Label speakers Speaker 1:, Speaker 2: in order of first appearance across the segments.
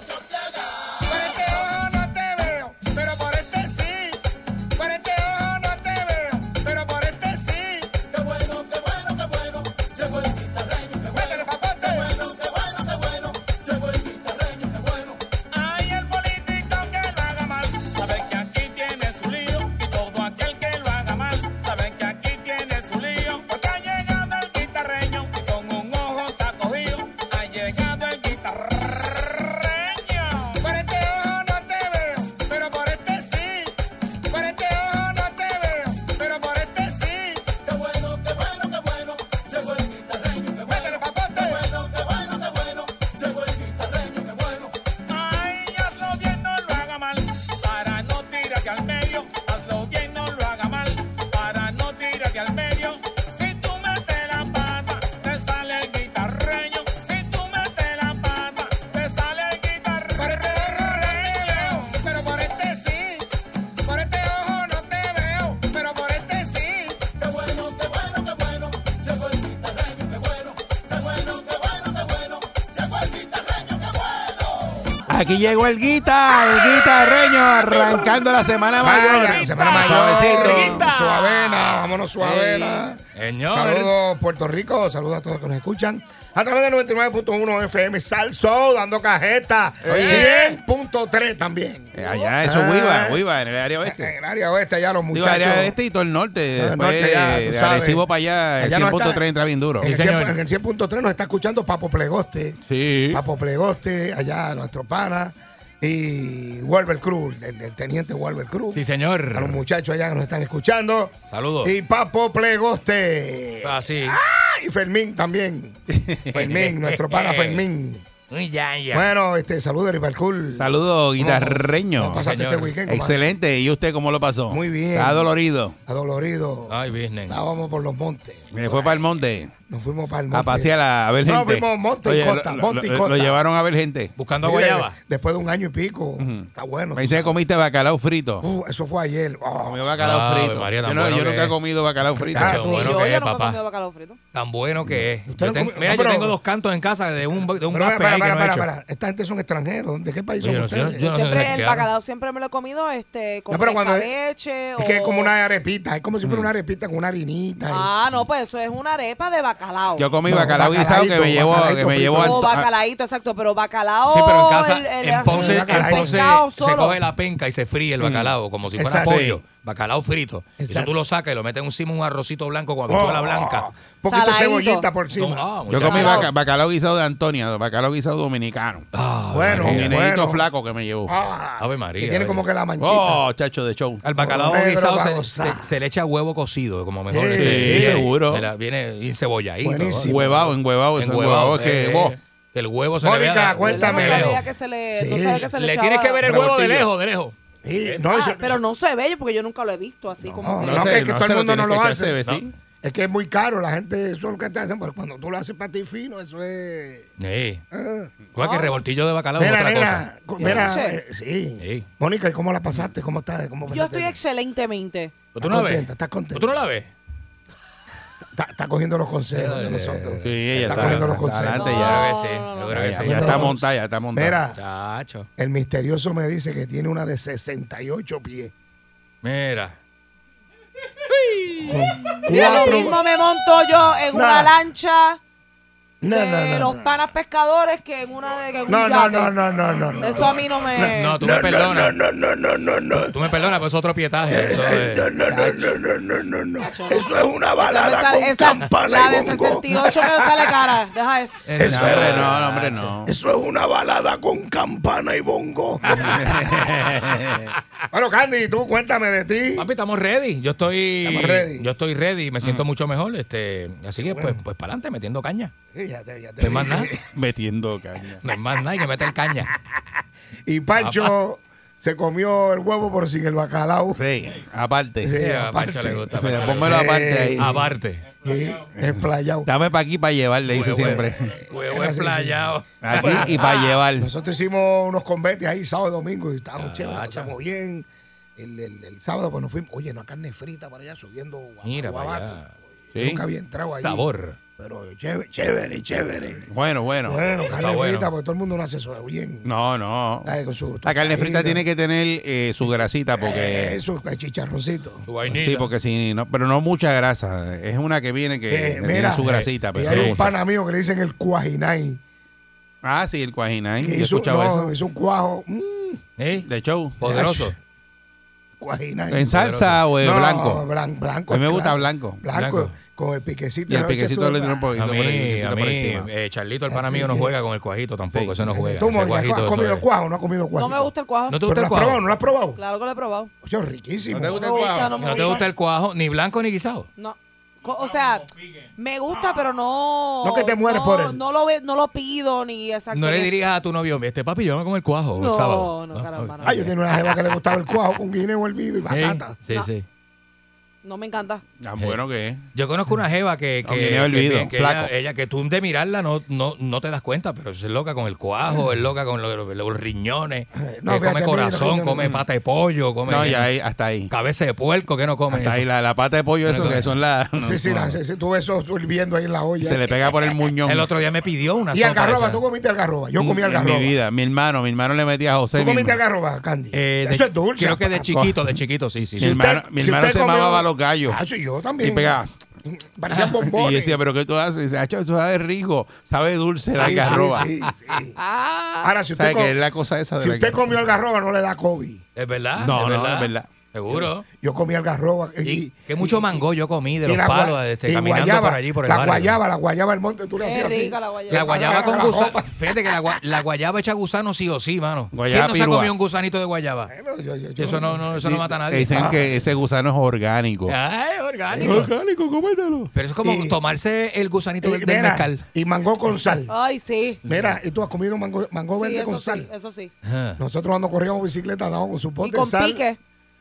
Speaker 1: Por este ojo no te veo, pero por este sí. Por este ojo no te veo, pero por este sí. Qué bueno, qué bueno, qué bueno. Llegó el guitarreño, qué bueno. Qué bueno, qué bueno, qué bueno. Llegó el guitarreño, qué bueno. Ay, el político que lo haga mal. Saben que aquí tiene su lío. Y todo aquel que lo haga mal. Saben que aquí tiene su lío. Porque ha llegado el guitarreño. Y con un ojo está cogido. Ha llegado el guitarreño. Por este ojo no te veo, pero por este sí. Por este ojo no te veo, pero por este sí. Qué bueno, qué bueno, qué bueno. Llegó el guitarreño, qué bueno. Qué bueno, qué bueno, qué bueno. Llegó el guitarreño, qué bueno. Ay, hazlo bien, no lo haga mal. Para no tirarte al medio. Hazlo bien, no lo haga mal. Para no tirarte al medio. Si tú metes la pata, te sale el guitarreño. Si tú metes la pata, te sale el este guitarreño. Pero por este sí. Por este ojo no te veo, pero por este sí. Qué bueno, qué bueno, qué bueno, llegó el guitarreño, qué bueno. Qué bueno, qué bueno, qué bueno, llegó el guitarreño, qué bueno.
Speaker 2: Aquí llegó el guita, el guitarreño, arrancando la semana mayor.
Speaker 3: Vaya, semana mayor.
Speaker 2: Suavecito.
Speaker 3: Suavena, vámonos suavena. Saludos Puerto Rico, saludos a todos los que nos escuchan. A través de 99.1 FM Salso, dando cajeta. 100.3 también.
Speaker 2: Eh, Allá, eso es
Speaker 3: Ah.
Speaker 2: Huiva, Huiva, en el área oeste.
Speaker 3: En el área oeste allá los
Speaker 2: Digo,
Speaker 3: muchachos.
Speaker 2: área oeste y todo el norte.
Speaker 3: Eh, el
Speaker 2: Después,
Speaker 3: norte ya, tú
Speaker 2: de
Speaker 3: sabes.
Speaker 2: Arecibo para allá, el
Speaker 3: Allá no
Speaker 2: 100.3
Speaker 3: está.
Speaker 2: entra bien duro.
Speaker 3: En el 100 en el 100.3 nos está escuchando Papo Plegoste.
Speaker 2: Sí.
Speaker 3: Papo Plegoste, allá nuestro pana. Y Walver Cruz, el, el teniente Walver Cruz.
Speaker 4: Sí,
Speaker 3: A los
Speaker 4: señor.
Speaker 3: muchachos allá que nos están escuchando.
Speaker 4: Saludos. Ah,
Speaker 3: Y Papo Plegoste. Ah,
Speaker 4: Así.
Speaker 3: Y Fermín también. Fermín, nuestro pana Fermín.
Speaker 4: Ya, ya.
Speaker 3: Bueno, este, saludos, Rivalcool.
Speaker 2: Saludos,
Speaker 3: ¿Cómo
Speaker 2: guitarreño.
Speaker 3: pasaste
Speaker 4: señor.
Speaker 3: este weekend? compadre?
Speaker 2: Excelente. ¿Y usted cómo lo pasó?
Speaker 3: Muy bien.
Speaker 2: Está dolorido.
Speaker 3: Adolorido.
Speaker 4: Ay, business.
Speaker 3: Estábamos por los montes.
Speaker 2: Me fue para el monte
Speaker 3: Nos fuimos para el monte.
Speaker 2: a pasear a, a ver
Speaker 3: No,
Speaker 2: gente.
Speaker 3: fuimos monte y
Speaker 2: Oye,
Speaker 3: costa,
Speaker 2: lo- lo-
Speaker 3: monte y
Speaker 2: lo-
Speaker 3: costa.
Speaker 2: Lo llevaron a ver gente.
Speaker 4: Buscando
Speaker 3: Mire,
Speaker 4: guayaba.
Speaker 3: Después de un año y pico. Está bueno.
Speaker 2: Me dice que comiste bacalao frito.
Speaker 3: Uh, eso fue ayer. Oh,
Speaker 2: Comió bacalao
Speaker 4: Ah, Ave
Speaker 2: frito.
Speaker 4: María, tan
Speaker 2: yo no-
Speaker 4: bueno
Speaker 2: yo
Speaker 4: que
Speaker 2: nunca he
Speaker 4: es.
Speaker 2: comido bacalao frito.
Speaker 3: Ah,
Speaker 4: Tan
Speaker 3: tú-
Speaker 4: bueno
Speaker 5: yo,
Speaker 4: que
Speaker 5: yo
Speaker 4: es,
Speaker 5: no me he comido
Speaker 4: papá.
Speaker 5: bacalao frito.
Speaker 4: Tan bueno que es.
Speaker 3: Usted
Speaker 4: Yo
Speaker 3: no
Speaker 4: tengo-
Speaker 3: comió-
Speaker 4: Mira,
Speaker 3: no,
Speaker 4: yo
Speaker 3: pero-
Speaker 4: tengo dos cantos en casa de un de un
Speaker 3: pero,
Speaker 4: aspe
Speaker 3: para,
Speaker 4: ahí que no
Speaker 3: para,
Speaker 4: he
Speaker 3: para,
Speaker 4: hecho.
Speaker 3: para. Esta gente son extranjeros. ¿De qué país
Speaker 4: Oye,
Speaker 3: son
Speaker 4: no, yo-
Speaker 3: ustedes?
Speaker 4: yo no sé
Speaker 5: siempre
Speaker 4: de qué
Speaker 5: el
Speaker 4: hablan.
Speaker 5: bacalao siempre me lo he comido este con
Speaker 3: No, pero cuando-
Speaker 5: escabeche
Speaker 3: es que es
Speaker 5: o-
Speaker 3: como una arepita. Es como si
Speaker 4: Mm.
Speaker 3: fuera una arepita con una harinita. y-
Speaker 5: Ah, no, pues eso es una arepa de bacalao.
Speaker 2: Yo comí
Speaker 3: No,
Speaker 2: bacalao guisado que me
Speaker 3: bacalaito,
Speaker 2: llevó,
Speaker 3: bacalaito
Speaker 2: que me llevó
Speaker 3: frito.
Speaker 5: o
Speaker 2: a- a-
Speaker 5: bacalaíto, exacto, pero bacalao.
Speaker 4: Sí,
Speaker 3: Oh,
Speaker 4: pero en casa,
Speaker 5: el- el-
Speaker 4: en
Speaker 5: así,
Speaker 4: Ponce,
Speaker 5: el
Speaker 4: en Ponce
Speaker 5: pescado
Speaker 4: se
Speaker 5: solo.
Speaker 4: coge la penca y se fríe el bacalao, como si fuera
Speaker 3: Mm. Exacto.
Speaker 4: pollo. Bacalao frito. Eso
Speaker 3: Exacto.
Speaker 4: tú lo sacas y lo metes encima un arrocito blanco con habichuela
Speaker 3: Oh,
Speaker 4: blanca.
Speaker 3: Un poquito de
Speaker 5: Saladito.
Speaker 3: cebollita por encima.
Speaker 4: No, ah,
Speaker 2: Yo
Speaker 4: muchacho.
Speaker 2: comí
Speaker 5: Bacalao.
Speaker 2: baca- bacalao guisado de Antonia, bacalao guisado dominicano.
Speaker 4: Ah,
Speaker 3: Bueno,
Speaker 2: Con
Speaker 4: María.
Speaker 3: bueno.
Speaker 2: guineíto flaco que me llevó.
Speaker 3: Ah,
Speaker 4: Ave María,
Speaker 3: Que tiene
Speaker 4: oye.
Speaker 3: como que la manchita.
Speaker 2: Oh, chacho de show.
Speaker 4: Al bacalao
Speaker 3: Hombre,
Speaker 4: guisado
Speaker 3: pero
Speaker 4: se,
Speaker 3: vamos a-
Speaker 4: se- se le echa huevo cocido, como mejor.
Speaker 3: Sí,
Speaker 4: se-
Speaker 2: sí,
Speaker 4: se-
Speaker 2: seguro.
Speaker 4: se la- Viene y cebolladito.
Speaker 3: Buenísimo.
Speaker 2: Huevado, enguevado,
Speaker 4: En eh,
Speaker 2: eso, enguevado. Es
Speaker 3: Eh,
Speaker 2: que, vos,
Speaker 4: el huevo se
Speaker 3: Mónica,
Speaker 4: le vea-
Speaker 5: Yo no
Speaker 3: cuéntame.
Speaker 5: sabía que se le, no
Speaker 3: Sí.
Speaker 5: sabía que se le,
Speaker 4: Le
Speaker 5: echaba-
Speaker 4: tienes que ver el
Speaker 2: Revoltillo.
Speaker 4: huevo de lejos, de lejos.
Speaker 3: Sí, no,
Speaker 5: Ah,
Speaker 3: eso-
Speaker 5: pero no se ve, porque yo nunca lo he visto así como.
Speaker 3: No,
Speaker 5: que-
Speaker 3: no, que, es que
Speaker 2: no
Speaker 3: todo
Speaker 2: se
Speaker 3: el
Speaker 2: lo
Speaker 3: mundo no
Speaker 2: tiene
Speaker 3: lo
Speaker 2: que
Speaker 3: hace.
Speaker 2: echarse, ¿sí?
Speaker 3: No. Es que es muy caro, la gente, eso es lo que te hacen, pero cuando tú lo haces para ti fino, eso es...
Speaker 4: Sí.
Speaker 3: ah.
Speaker 4: Igual que revoltillo de bacalao es
Speaker 3: Mira,
Speaker 4: otra
Speaker 3: nena,
Speaker 4: cosa.
Speaker 3: co- mira,
Speaker 5: Sí.
Speaker 3: eh, sí.
Speaker 4: Sí.
Speaker 3: Mónica, ¿y cómo la pasaste? ¿Cómo estás? ¿Cómo
Speaker 5: Yo
Speaker 3: pasaste?
Speaker 5: estoy excelentemente.
Speaker 4: ¿Tú
Speaker 3: ¿Estás
Speaker 4: no la ves?
Speaker 3: contenta? ¿Estás contenta?
Speaker 4: ¿Tú no la ves?
Speaker 3: Está, está cogiendo los consejos de nosotros.
Speaker 2: Sí, ella
Speaker 3: está,
Speaker 2: está-
Speaker 3: cogiendo los
Speaker 2: está
Speaker 3: consejos. Ah,
Speaker 2: adelante
Speaker 5: No,
Speaker 2: ya.
Speaker 4: Yo creo que sí, yo creo que
Speaker 2: Ya,
Speaker 4: sí.
Speaker 2: ya está
Speaker 3: Pero-
Speaker 2: montada, ya está montada.
Speaker 3: Mira,
Speaker 4: Chacho.
Speaker 3: el misterioso me dice que tiene una de 68 pies.
Speaker 4: Mira.
Speaker 3: Con
Speaker 5: Mira, lo
Speaker 3: cuatro-
Speaker 5: mismo me monto yo en
Speaker 3: Nah.
Speaker 5: una lancha
Speaker 3: No,
Speaker 5: de
Speaker 3: no, no,
Speaker 5: los
Speaker 3: no.
Speaker 5: panas pescadores que en una de. que en un
Speaker 3: No, no,
Speaker 5: yate.
Speaker 3: no, no, no, no, no.
Speaker 5: Eso a mí no me.
Speaker 4: No, tú me perdonas. No, no, no, no, no. Tú me perdonas, pero es otro pietaje. Eso es-
Speaker 5: Eso es una balada con La de 68 me sale cara. Deja eso.
Speaker 4: es-
Speaker 2: No, hombre, no, no, hombre, no.
Speaker 3: Eso es una balada con campana y bongo. bueno, Candy, tú cuéntame de ti.
Speaker 4: Papi, estamos ready. Yo estoy
Speaker 3: Estamos ready.
Speaker 4: Yo estoy ready, me siento mucho mejor. Este, así que pues, pues para adelante, metiendo caña.
Speaker 3: Sí, ya te- ya te
Speaker 4: No es más
Speaker 3: dije.
Speaker 4: nada.
Speaker 2: Metiendo caña.
Speaker 4: No es más nada, hay que meter caña.
Speaker 3: Y Pancho se comió el huevo por sin el bacalao.
Speaker 2: Sí, aparte.
Speaker 3: Sí, Ah,
Speaker 4: Sí, a
Speaker 3: aparte.
Speaker 4: Pancho le gusta. a
Speaker 2: Sí,
Speaker 4: Pancho le
Speaker 2: pónmelo
Speaker 4: gusta.
Speaker 2: aparte ahí.
Speaker 4: Aparte.
Speaker 3: Sí, Esplayado.
Speaker 2: Dame para aquí para llevar, le dice
Speaker 4: Huevo es-
Speaker 2: siempre.
Speaker 4: Huevo es playado.
Speaker 3: ah.
Speaker 2: Aquí y para llevar.
Speaker 3: Nosotros hicimos unos combetes ahí sábado y domingo y estábamos chéveres,
Speaker 4: Ah,
Speaker 3: pasamos bien. el, el- el sábado, pues nos fuimos. Oye, una carne frita para allá subiendo. guau-
Speaker 4: Mira,
Speaker 3: guabate.
Speaker 4: para allá.
Speaker 3: Yo Nunca había entrado ahí.
Speaker 4: Sabor.
Speaker 3: Pero chévere, chévere, chévere.
Speaker 2: Bueno, bueno.
Speaker 3: Bueno, carne
Speaker 4: bueno.
Speaker 3: frita, porque todo el mundo no hace eso bien.
Speaker 2: No, no.
Speaker 3: Ay, con su-
Speaker 2: La carne frita
Speaker 3: tostadita.
Speaker 2: tiene que tener eh, su grasita
Speaker 3: Eh,
Speaker 2: porque...
Speaker 3: Eso, el chicharroncito.
Speaker 4: Tu vainilla.
Speaker 2: Sí, porque si no, pero no mucha grasa. Es una que viene que
Speaker 3: Eh,
Speaker 2: tiene
Speaker 3: mira,
Speaker 2: su grasita.
Speaker 3: Y
Speaker 2: pero no
Speaker 3: hay un
Speaker 2: mucha.
Speaker 3: pana mío que le dicen el cuajinay.
Speaker 2: Ah, sí, el cuajinay. Yo
Speaker 3: Que
Speaker 2: he
Speaker 3: hizo,
Speaker 2: escuchado
Speaker 3: no,
Speaker 2: eso.
Speaker 3: hizo un cuajo. mm,
Speaker 4: ¿Eh?
Speaker 2: De show.
Speaker 4: Poderoso.
Speaker 3: cuajinay.
Speaker 2: ¿En salsa o de
Speaker 3: No,
Speaker 2: blanco?
Speaker 3: blan- blanco.
Speaker 2: A mí me gusta
Speaker 3: clase.
Speaker 2: blanco.
Speaker 3: Blanco,
Speaker 4: Blanco.
Speaker 3: con el piquecito.
Speaker 2: Y el
Speaker 3: ¿no? Echa
Speaker 2: piquecito
Speaker 3: tú-
Speaker 2: le tiran un
Speaker 4: A
Speaker 2: poquito por
Speaker 4: mí,
Speaker 2: encima.
Speaker 4: a
Speaker 2: poquito por
Speaker 4: mí,
Speaker 2: encima.
Speaker 4: eh, Charlito, el pana
Speaker 3: Así
Speaker 4: mío, no
Speaker 3: que-
Speaker 4: juega con el cuajito tampoco.
Speaker 2: Sí.
Speaker 4: Ese no juega.
Speaker 3: Tú,
Speaker 4: Ese
Speaker 3: Mónica,
Speaker 4: cuajito,
Speaker 3: ¿has
Speaker 4: eso
Speaker 3: comido
Speaker 4: es-
Speaker 3: cuajo? ¿No has comido cuajo?
Speaker 5: No me gusta el cuajo.
Speaker 4: ¿No te
Speaker 3: ¿Pero
Speaker 4: gusta
Speaker 3: lo
Speaker 4: el
Speaker 3: has probado? ¿No
Speaker 4: cuajo?
Speaker 3: lo has probado?
Speaker 5: Claro que lo he probado.
Speaker 3: Oye, es riquísimo.
Speaker 2: ¿No te gusta
Speaker 5: No me
Speaker 2: el
Speaker 5: gusta,
Speaker 2: cuajo?
Speaker 5: no me
Speaker 4: ¿No te gusta el cuajo? Ni blanco ni guisado.
Speaker 5: No. Co- O sea, me gusta, pero no.
Speaker 3: No que te mueres
Speaker 5: no-
Speaker 3: por él.
Speaker 5: No lo, ve- no lo pido ni exactamente.
Speaker 4: No le dirías a tu novio, este papi, yo me como el cuajo el
Speaker 5: No,
Speaker 4: sábado. Ah,
Speaker 5: no, caramba, no.
Speaker 3: Ay, yo tenía una jeva que le gustaba el cuajo con guineo hervido y
Speaker 4: ¿Eh?
Speaker 3: batata.
Speaker 4: Sí,
Speaker 5: No.
Speaker 4: sí.
Speaker 5: No me encanta.
Speaker 2: Tan Ah, bueno que es.
Speaker 4: Yo conozco una jeva que,
Speaker 2: Con
Speaker 4: que-
Speaker 2: guineo
Speaker 4: que-
Speaker 2: hervido,
Speaker 4: que
Speaker 2: flaco.
Speaker 4: ella, ella- que tú de mirarla no, no, no te das cuenta, pero es loca con el cuajo, es loca con lo- lo- los, riñones,
Speaker 3: Eh, no,
Speaker 4: eh,
Speaker 3: fíjate,
Speaker 4: come
Speaker 3: mira,
Speaker 4: corazón,
Speaker 3: riñón,
Speaker 4: come
Speaker 3: mm.
Speaker 4: pata de pollo, come
Speaker 2: No, ya ahí, hasta ahí.
Speaker 4: cabeza de puerco que no come.
Speaker 2: Hasta ahí,
Speaker 4: eso.
Speaker 2: la, la pata de pollo, eso
Speaker 4: No,
Speaker 2: que
Speaker 4: no.
Speaker 2: son las.
Speaker 3: Sí, sí, la- sí, sí, tú ves eso hirviendo ahí en la olla.
Speaker 2: Se le pega por el muñón.
Speaker 4: El otro día me pidió una
Speaker 3: y
Speaker 4: sopa.
Speaker 3: algarroba,
Speaker 4: esa.
Speaker 3: tú comiste algarroba. Yo comí
Speaker 2: Mm, En
Speaker 3: algarroba.
Speaker 2: mi vida, mi hermano, mi hermano le metía a José.
Speaker 3: ¿Tú
Speaker 2: Mi,
Speaker 3: comiste
Speaker 2: herma-
Speaker 3: algarroba, Candy?
Speaker 4: Eh, de-
Speaker 3: eso es dulce.
Speaker 4: Creo que de
Speaker 3: Ah,
Speaker 4: chiquito, de chiquito, sí, sí.
Speaker 2: mi
Speaker 4: sí.
Speaker 3: usted-
Speaker 2: hermano, mi
Speaker 3: si
Speaker 2: hermano
Speaker 3: usted
Speaker 2: se
Speaker 3: comió-
Speaker 2: mamaba los gallos.
Speaker 3: Ah, sí, yo también.
Speaker 2: Y pegaba.
Speaker 3: Parecían
Speaker 2: Y yo
Speaker 3: bombones.
Speaker 2: decía, pero ¿qué tú haces? Y dice, "Acho, eso sabe rico, sabe dulce la
Speaker 3: Sí,
Speaker 2: algarroba.
Speaker 3: sí, sí, sí.
Speaker 4: Ah.
Speaker 3: Ahora, si usted,
Speaker 2: ¿Sabe
Speaker 3: co-
Speaker 2: qué es la cosa esa de
Speaker 3: si
Speaker 2: la
Speaker 3: usted
Speaker 2: algarroba?
Speaker 3: comió algarroba, no le da COVID.
Speaker 4: ¿Es verdad?
Speaker 2: No, no, es verdad.
Speaker 4: Seguro.
Speaker 3: Yo comí algarroba. Y,
Speaker 4: Y, que mucho mango yo comí de
Speaker 3: y
Speaker 4: los
Speaker 3: la gua-
Speaker 4: palos este,
Speaker 3: y
Speaker 4: caminando
Speaker 3: guayaba,
Speaker 4: por allí, por el
Speaker 3: La
Speaker 4: barrio.
Speaker 3: guayaba, la guayaba del monte, tú le
Speaker 5: Qué
Speaker 3: hacías así.
Speaker 5: rica la guayaba.
Speaker 4: La guayaba con
Speaker 3: La
Speaker 4: gusano.
Speaker 3: ropa.
Speaker 4: Fíjate que la, gua- la guayaba echa gusano sí o sí, mano.
Speaker 2: Guayaba
Speaker 4: ¿Quién no se
Speaker 2: pirúa.
Speaker 4: ha comido un gusanito de guayaba?
Speaker 3: Bueno, yo- yo- yo-
Speaker 4: Eso no, no, eso no mata a nadie. Ah.
Speaker 2: Dicen
Speaker 3: Ah.
Speaker 2: que ese gusano es orgánico.
Speaker 4: Ay, orgánico.
Speaker 2: Orgánico, comételo.
Speaker 4: Pero eso es como
Speaker 3: Y- Eh,
Speaker 4: tomarse el gusanito
Speaker 3: Y,
Speaker 4: del, del
Speaker 3: mira,
Speaker 4: mezcal.
Speaker 3: y mangó con sal.
Speaker 5: Ay, sí. sí
Speaker 3: Mira, y tú has comido mango, mango verde
Speaker 5: eso
Speaker 3: con
Speaker 5: sí,
Speaker 3: sal.
Speaker 5: eso sí.
Speaker 4: Ajá.
Speaker 3: Nosotros cuando corríamos bicicleta andábamos con su
Speaker 5: Y
Speaker 3: pote de
Speaker 5: con
Speaker 3: sal.
Speaker 5: pique.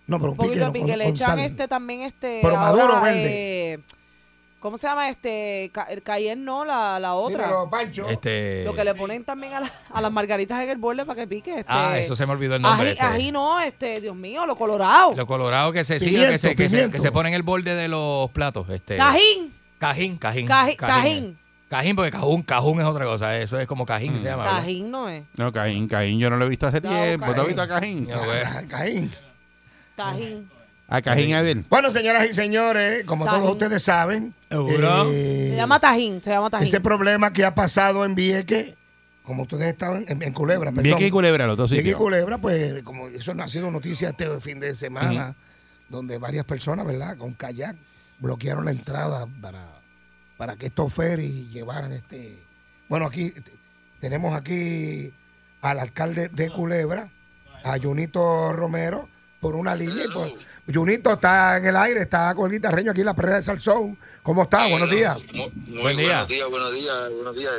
Speaker 3: No, pero
Speaker 5: Un
Speaker 3: un
Speaker 5: poquito
Speaker 3: pique,
Speaker 5: de
Speaker 3: no,
Speaker 5: pique.
Speaker 3: con,
Speaker 5: Le
Speaker 3: con
Speaker 5: echan
Speaker 3: sal.
Speaker 5: este también este.
Speaker 3: Pero
Speaker 5: ahora,
Speaker 3: maduro o verde.
Speaker 5: eh, ¿Cómo se llama este? Ca- El Cayenne no, la, la otra.
Speaker 3: Dímelo, Pancho.
Speaker 4: Este,
Speaker 5: Lo que le ponen también a, la- a las margaritas en el borde para que pique. Este,
Speaker 4: Ah, eso se me olvidó el nombre,
Speaker 5: Ají,
Speaker 4: este.
Speaker 5: ají no, este, Dios mío, lo colorado.
Speaker 4: Lo colorado que se sí,
Speaker 3: Pimiento,
Speaker 4: que se, que, se,
Speaker 3: pimiento.
Speaker 4: que se pone en el borde de los platos. Este,
Speaker 5: Tajín.
Speaker 4: Cajín, cajín.
Speaker 5: Caji-
Speaker 4: eh. Cajín, porque cajún, cajún es otra cosa. Eso es como cajín
Speaker 3: Mm.
Speaker 4: se llama. ¿verdad?
Speaker 5: Tajín no es.
Speaker 2: No, Caín, Caín, yo no lo he visto hace tiempo. ¿Tú has visto a Caín?
Speaker 4: No, güey.
Speaker 3: Ah, Caín.
Speaker 5: Tajín.
Speaker 2: A Caín Abel.
Speaker 3: Bueno, señoras y señores, como
Speaker 5: Caín.
Speaker 3: todos ustedes saben,
Speaker 4: Seguro.
Speaker 3: eh,
Speaker 5: Se llama Tajín, se llama Tajín.
Speaker 3: ese problema que ha pasado en Vieques, como ustedes estaban en, en Culebra, perdón.
Speaker 2: Vieques y Culebra, los dos
Speaker 3: Vieques y
Speaker 2: sitios.
Speaker 3: Culebra, pues como eso no ha sido noticia este fin de semana, donde varias personas, ¿verdad? Con kayak bloquearon la entrada para, para que estos ferries llevaran este... Bueno, aquí este, tenemos aquí al alcalde de Culebra, a Junito Romero, por una línea. y por- Junito está en el aire, está con el Reño aquí en la perrera de Salsón. ¿Cómo está? Buenos días.
Speaker 6: Mu- Muy
Speaker 4: Buen día.
Speaker 6: buenos días, buenos días, buenos días.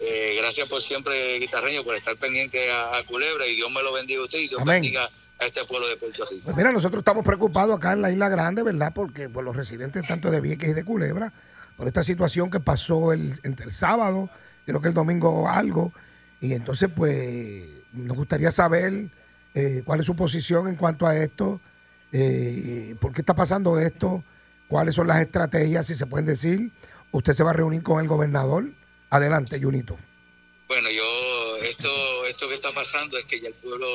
Speaker 6: Eh, gracias por siempre, guitarreño, por estar pendiente a, a Culebra y Dios me lo bendiga a usted y Dios
Speaker 3: Amén.
Speaker 6: bendiga a este pueblo de Puerto Rico.
Speaker 3: Pues mira, nosotros estamos preocupados acá en la Isla Grande, ¿verdad? Porque por los residentes tanto de Vieques y de Culebra, por esta situación que pasó el, entre el sábado, creo que el domingo algo, y entonces pues nos gustaría saber eh, cuál es su posición en cuanto a esto, eh, por qué está pasando esto, cuáles son las estrategias, si se pueden decir. Usted se va a reunir con el gobernador. Adelante, Junito.
Speaker 6: Bueno, yo, esto, esto que está pasando es que ya el pueblo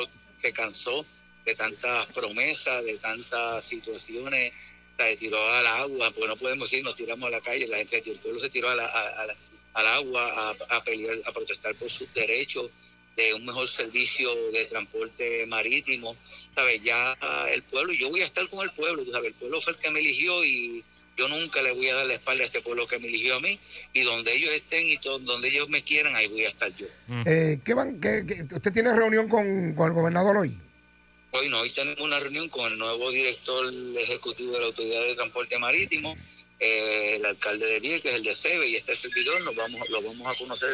Speaker 6: se cansó de tantas promesas, de tantas situaciones, se tiró al agua, porque no podemos ir, nos tiramos a la calle, la gente, el pueblo se tiró a la- a- a la- al agua a, a pelear, a protestar por sus derechos de un mejor servicio de transporte marítimo, ¿sabes? Ya ah, el pueblo, yo voy a estar con el pueblo, ¿sabes? El pueblo fue el que me eligió y yo nunca le voy a dar la espalda a este pueblo que me eligió a mí y donde ellos estén y to- donde ellos me quieran, ahí voy a estar yo.
Speaker 3: Eh, ¿qué van, qué- qué- ¿Usted tiene reunión con, con el gobernador hoy?
Speaker 6: Hoy no, hoy tenemos una reunión con el nuevo director ejecutivo de la Autoridad de Transporte Marítimo, eh, el alcalde de Vieques, el de Seve, y este servidor nos vamos, lo vamos a conocer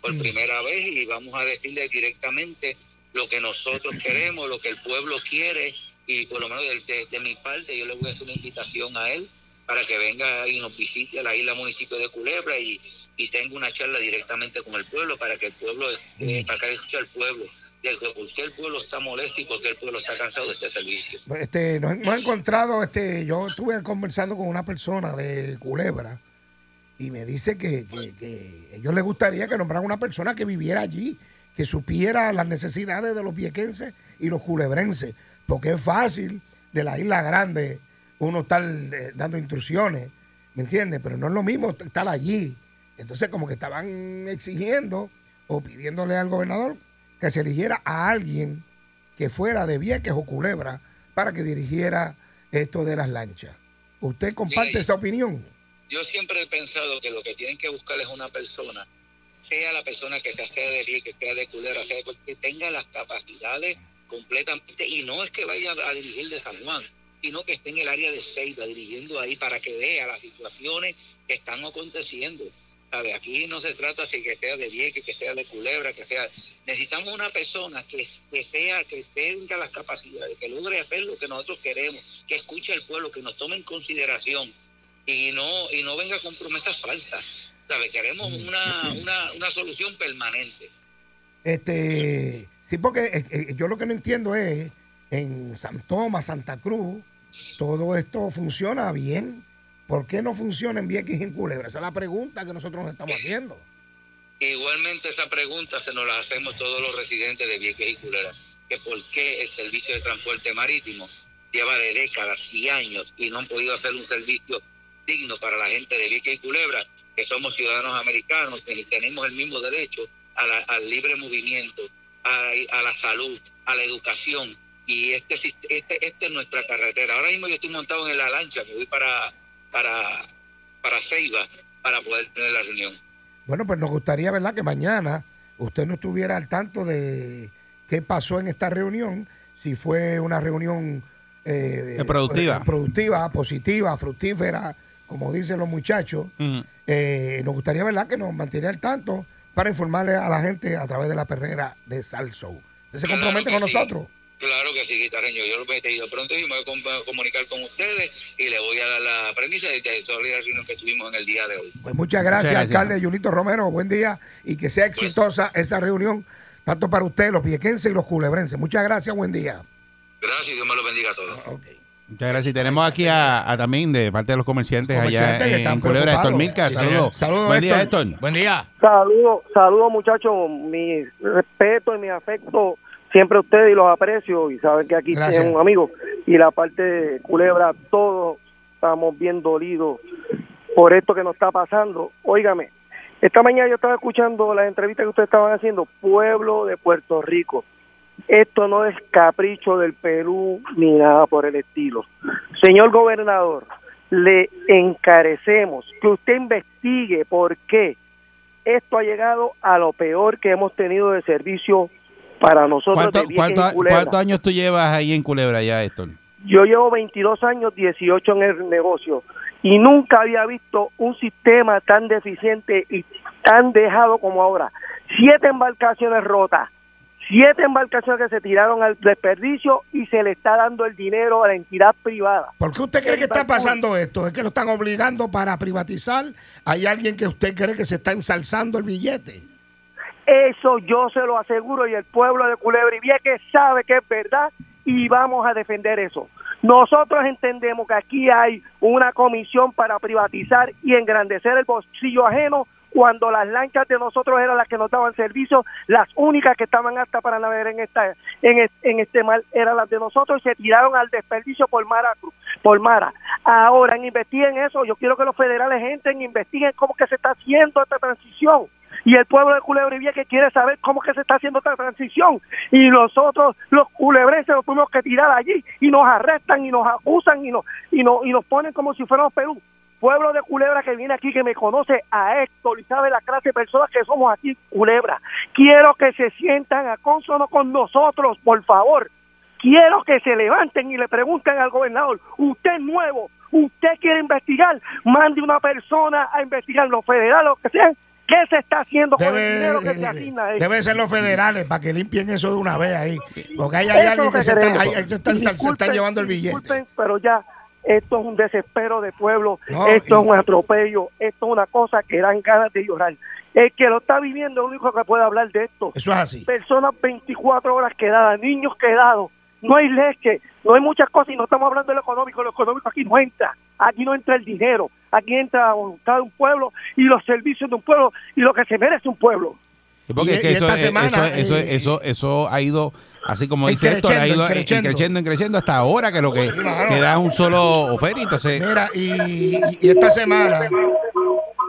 Speaker 6: por primera vez y vamos a decirle directamente lo que nosotros queremos, lo que el pueblo quiere, y por lo menos de, de- de mi parte yo le voy a hacer una invitación a él para que venga y nos visite a la isla municipio de Culebra y, y tenga una charla directamente con el pueblo para que el pueblo, eh, para que escuche al pueblo de por qué el pueblo está molesto y por qué el pueblo está cansado de este servicio.
Speaker 3: Este, no, he- no he encontrado, este, yo estuve conversando con una persona de Culebra y me dice que, que, que ellos les gustaría que nombraran una persona que viviera allí, que supiera las necesidades de los viequenses y los culebrenses, porque es fácil de la isla grande uno estar eh, dando instrucciones, ¿me entiendes? Pero no es lo mismo t- estar allí. Entonces como que estaban exigiendo o pidiéndole al gobernador que se eligiera a alguien que fuera de Vieques o Culebra para que dirigiera esto de las lanchas. ¿Usted comparte
Speaker 6: Mira, y-
Speaker 3: esa opinión?
Speaker 6: Yo siempre he pensado que lo que tienen que buscar es una persona, sea la persona que sea, sea de Rique, sea de Culera, sea de cual- que tenga las capacidades completamente, y no es que vaya a dirigir de San Juan, sino que esté en el área de Ceiba dirigiendo ahí para que vea las situaciones que están aconteciendo. ¿Sabe? Aquí no se trata si que sea de Vieques, que sea de Culebra, que sea... Necesitamos una persona que, que sea, que tenga las capacidades, que logre hacer lo que nosotros queremos, que escuche al pueblo, que nos tome en consideración y no y no venga con promesas falsas. ¿Sabe? Queremos una, una, una solución permanente.
Speaker 3: Este, sí, porque eh, eh, yo lo que no entiendo es, en San Tomás, Santa Cruz, todo esto funciona bien. ¿Por qué no funciona en Vieques y en Culebra? Esa es la pregunta que nosotros nos estamos haciendo.
Speaker 6: Igualmente esa pregunta se nos la hacemos todos los residentes de Vieques y Culebra, que por qué el servicio de transporte marítimo lleva de décadas y años y no han podido hacer un servicio digno para la gente de Vieques y Culebra, que somos ciudadanos americanos, que tenemos el mismo derecho a la- al libre movimiento, a, a la salud, a la educación. Y este, sist- este, este es nuestra carretera. Ahora mismo yo estoy montado en la lancha, me voy para, para, para Ceiba para poder tener la reunión.
Speaker 3: Bueno, pues nos gustaría, ¿verdad?, que mañana usted no estuviera al tanto de qué pasó en esta reunión, si fue una reunión eh,
Speaker 2: Eh, productiva.
Speaker 3: eh, productiva, positiva, fructífera, como dicen los muchachos.
Speaker 4: Mm.
Speaker 3: Eh, nos gustaría, ¿verdad?, que nos mantiene al tanto para informarle a la gente a través de la perrera de Salso. ¿Usted se
Speaker 6: Claro
Speaker 3: compromete
Speaker 6: que
Speaker 3: con
Speaker 6: sí.
Speaker 3: nosotros?
Speaker 6: Claro que sí, guitarreño. Yo lo he pedido pronto y me voy a com- a comunicar con ustedes y les voy a dar la premisa de de toda la reunión que tuvimos en el día de hoy.
Speaker 3: Pues muchas gracias,
Speaker 2: Muchas gracias.
Speaker 3: alcalde Junito Romero. Buen día y que sea
Speaker 6: Pues-
Speaker 3: exitosa esa reunión, tanto para usted, los viequenses y los culebrenses. Muchas gracias, buen día.
Speaker 6: Gracias y Dios me los bendiga a todos.
Speaker 2: Muchas gracias. Y tenemos aquí a, a también de parte de los comerciantes,
Speaker 3: Comerciantes que
Speaker 2: allá en,
Speaker 3: están
Speaker 2: en Culebra, Héctor
Speaker 3: preocupados.
Speaker 2: Milka.
Speaker 3: Sí, señor.
Speaker 2: Saludos.
Speaker 3: Saludos,
Speaker 2: Buen día,
Speaker 3: Héctor.
Speaker 2: Héctor.
Speaker 4: Buen día.
Speaker 7: Saludos, saludos muchachos, mi respeto y mi afecto siempre a ustedes y los aprecio y saben que aquí
Speaker 3: Gracias.
Speaker 7: tienen un amigo y la parte de Culebra, todos estamos bien dolidos por esto que nos está pasando. Óigame, esta mañana yo estaba escuchando las entrevistas que ustedes estaban haciendo, pueblo de Puerto Rico. Esto no es capricho del Perú ni nada por el estilo. Señor gobernador, le encarecemos que usted investigue por qué esto ha llegado a lo peor que hemos tenido de servicio para nosotros.
Speaker 2: ¿Cuánto-
Speaker 7: de Vieques y
Speaker 2: cuánto-
Speaker 7: Culebra.
Speaker 2: ¿Cuántos años tú llevas ahí en Culebra, ya, Héctor?
Speaker 7: Yo llevo 22 años, 18 en el negocio y nunca había visto un sistema tan deficiente y tan dejado como ahora. Siete embarcaciones rotas, siete embarcaciones que se tiraron al desperdicio y se le está dando el dinero a la entidad privada.
Speaker 3: ¿Por qué usted cree que está
Speaker 7: Barco.
Speaker 3: pasando esto? ¿Es que lo están obligando para privatizar? ¿Hay alguien que usted cree que se está ensalzando el billete?
Speaker 7: Eso yo se lo aseguro y el pueblo de Culebra y Vieques sabe que es verdad y vamos a defender eso. Nosotros entendemos que aquí hay una comisión para privatizar y engrandecer el bolsillo ajeno cuando las lanchas de nosotros eran las que nos daban servicio, las únicas que estaban aptas para navegar en esta en, es- en este mar eran las de nosotros y se tiraron al desperdicio por Mara Cruz- por Mara. Ahora investiguen eso, yo quiero que los federales entren, e investiguen cómo que se está haciendo esta transición y el pueblo de Culebra y Vieques quiere saber cómo que se está haciendo esta transición y nosotros los culebrenses los tuvimos que tirar allí y nos arrestan y nos acusan y nos y nos y nos ponen como si fuéramos Perú pueblo de Culebra que viene aquí que me conoce a Héctor y sabe la clase de personas que somos aquí en Culebra quiero que se sientan a consono con nosotros por favor Quiero que se levanten y le pregunten al gobernador, usted es nuevo, usted quiere investigar, mande una persona a investigar, los federales, los que sean, ¿qué se está haciendo con el
Speaker 3: Debe,
Speaker 7: dinero que se
Speaker 3: eh,
Speaker 7: asigna? a esto?
Speaker 3: debe ser los federales para que limpien eso de una vez ahí. Porque ahí
Speaker 7: Eso es
Speaker 3: hay
Speaker 7: lo
Speaker 3: alguien que se
Speaker 7: queremos.
Speaker 3: está, ahí- ahí se está ensal- se están
Speaker 7: Disculpen,
Speaker 3: llevando el billete.
Speaker 7: disculpen, pero ya esto es un desespero de pueblo,
Speaker 3: No,
Speaker 7: esto
Speaker 3: y-
Speaker 7: es un atropello, esto es una cosa que dan ganas de llorar. El que lo está viviendo es el único que puede hablar de esto.
Speaker 3: Eso es así.
Speaker 7: Personas 24 horas quedadas, niños quedados, no hay leche, no hay muchas cosas y no estamos hablando de lo económico, lo económico aquí no entra, aquí no entra el dinero, aquí entra la voluntad de un pueblo y los servicios de un pueblo y lo que se merece un pueblo.
Speaker 2: Sí, Porque
Speaker 3: Y-
Speaker 2: es que
Speaker 3: y
Speaker 2: eso,
Speaker 3: esta
Speaker 2: es-
Speaker 3: semana,
Speaker 2: eso, eso,
Speaker 3: eh,
Speaker 2: eso, eso ha ido, así como dice esto, ha
Speaker 3: Encrechendo,
Speaker 2: ido
Speaker 3: encrechendo.
Speaker 2: creciendo, creciendo hasta ahora que lo que
Speaker 3: Claro.
Speaker 2: queda es un solo oferta. Entonces,
Speaker 3: Mira, y, y esta semana,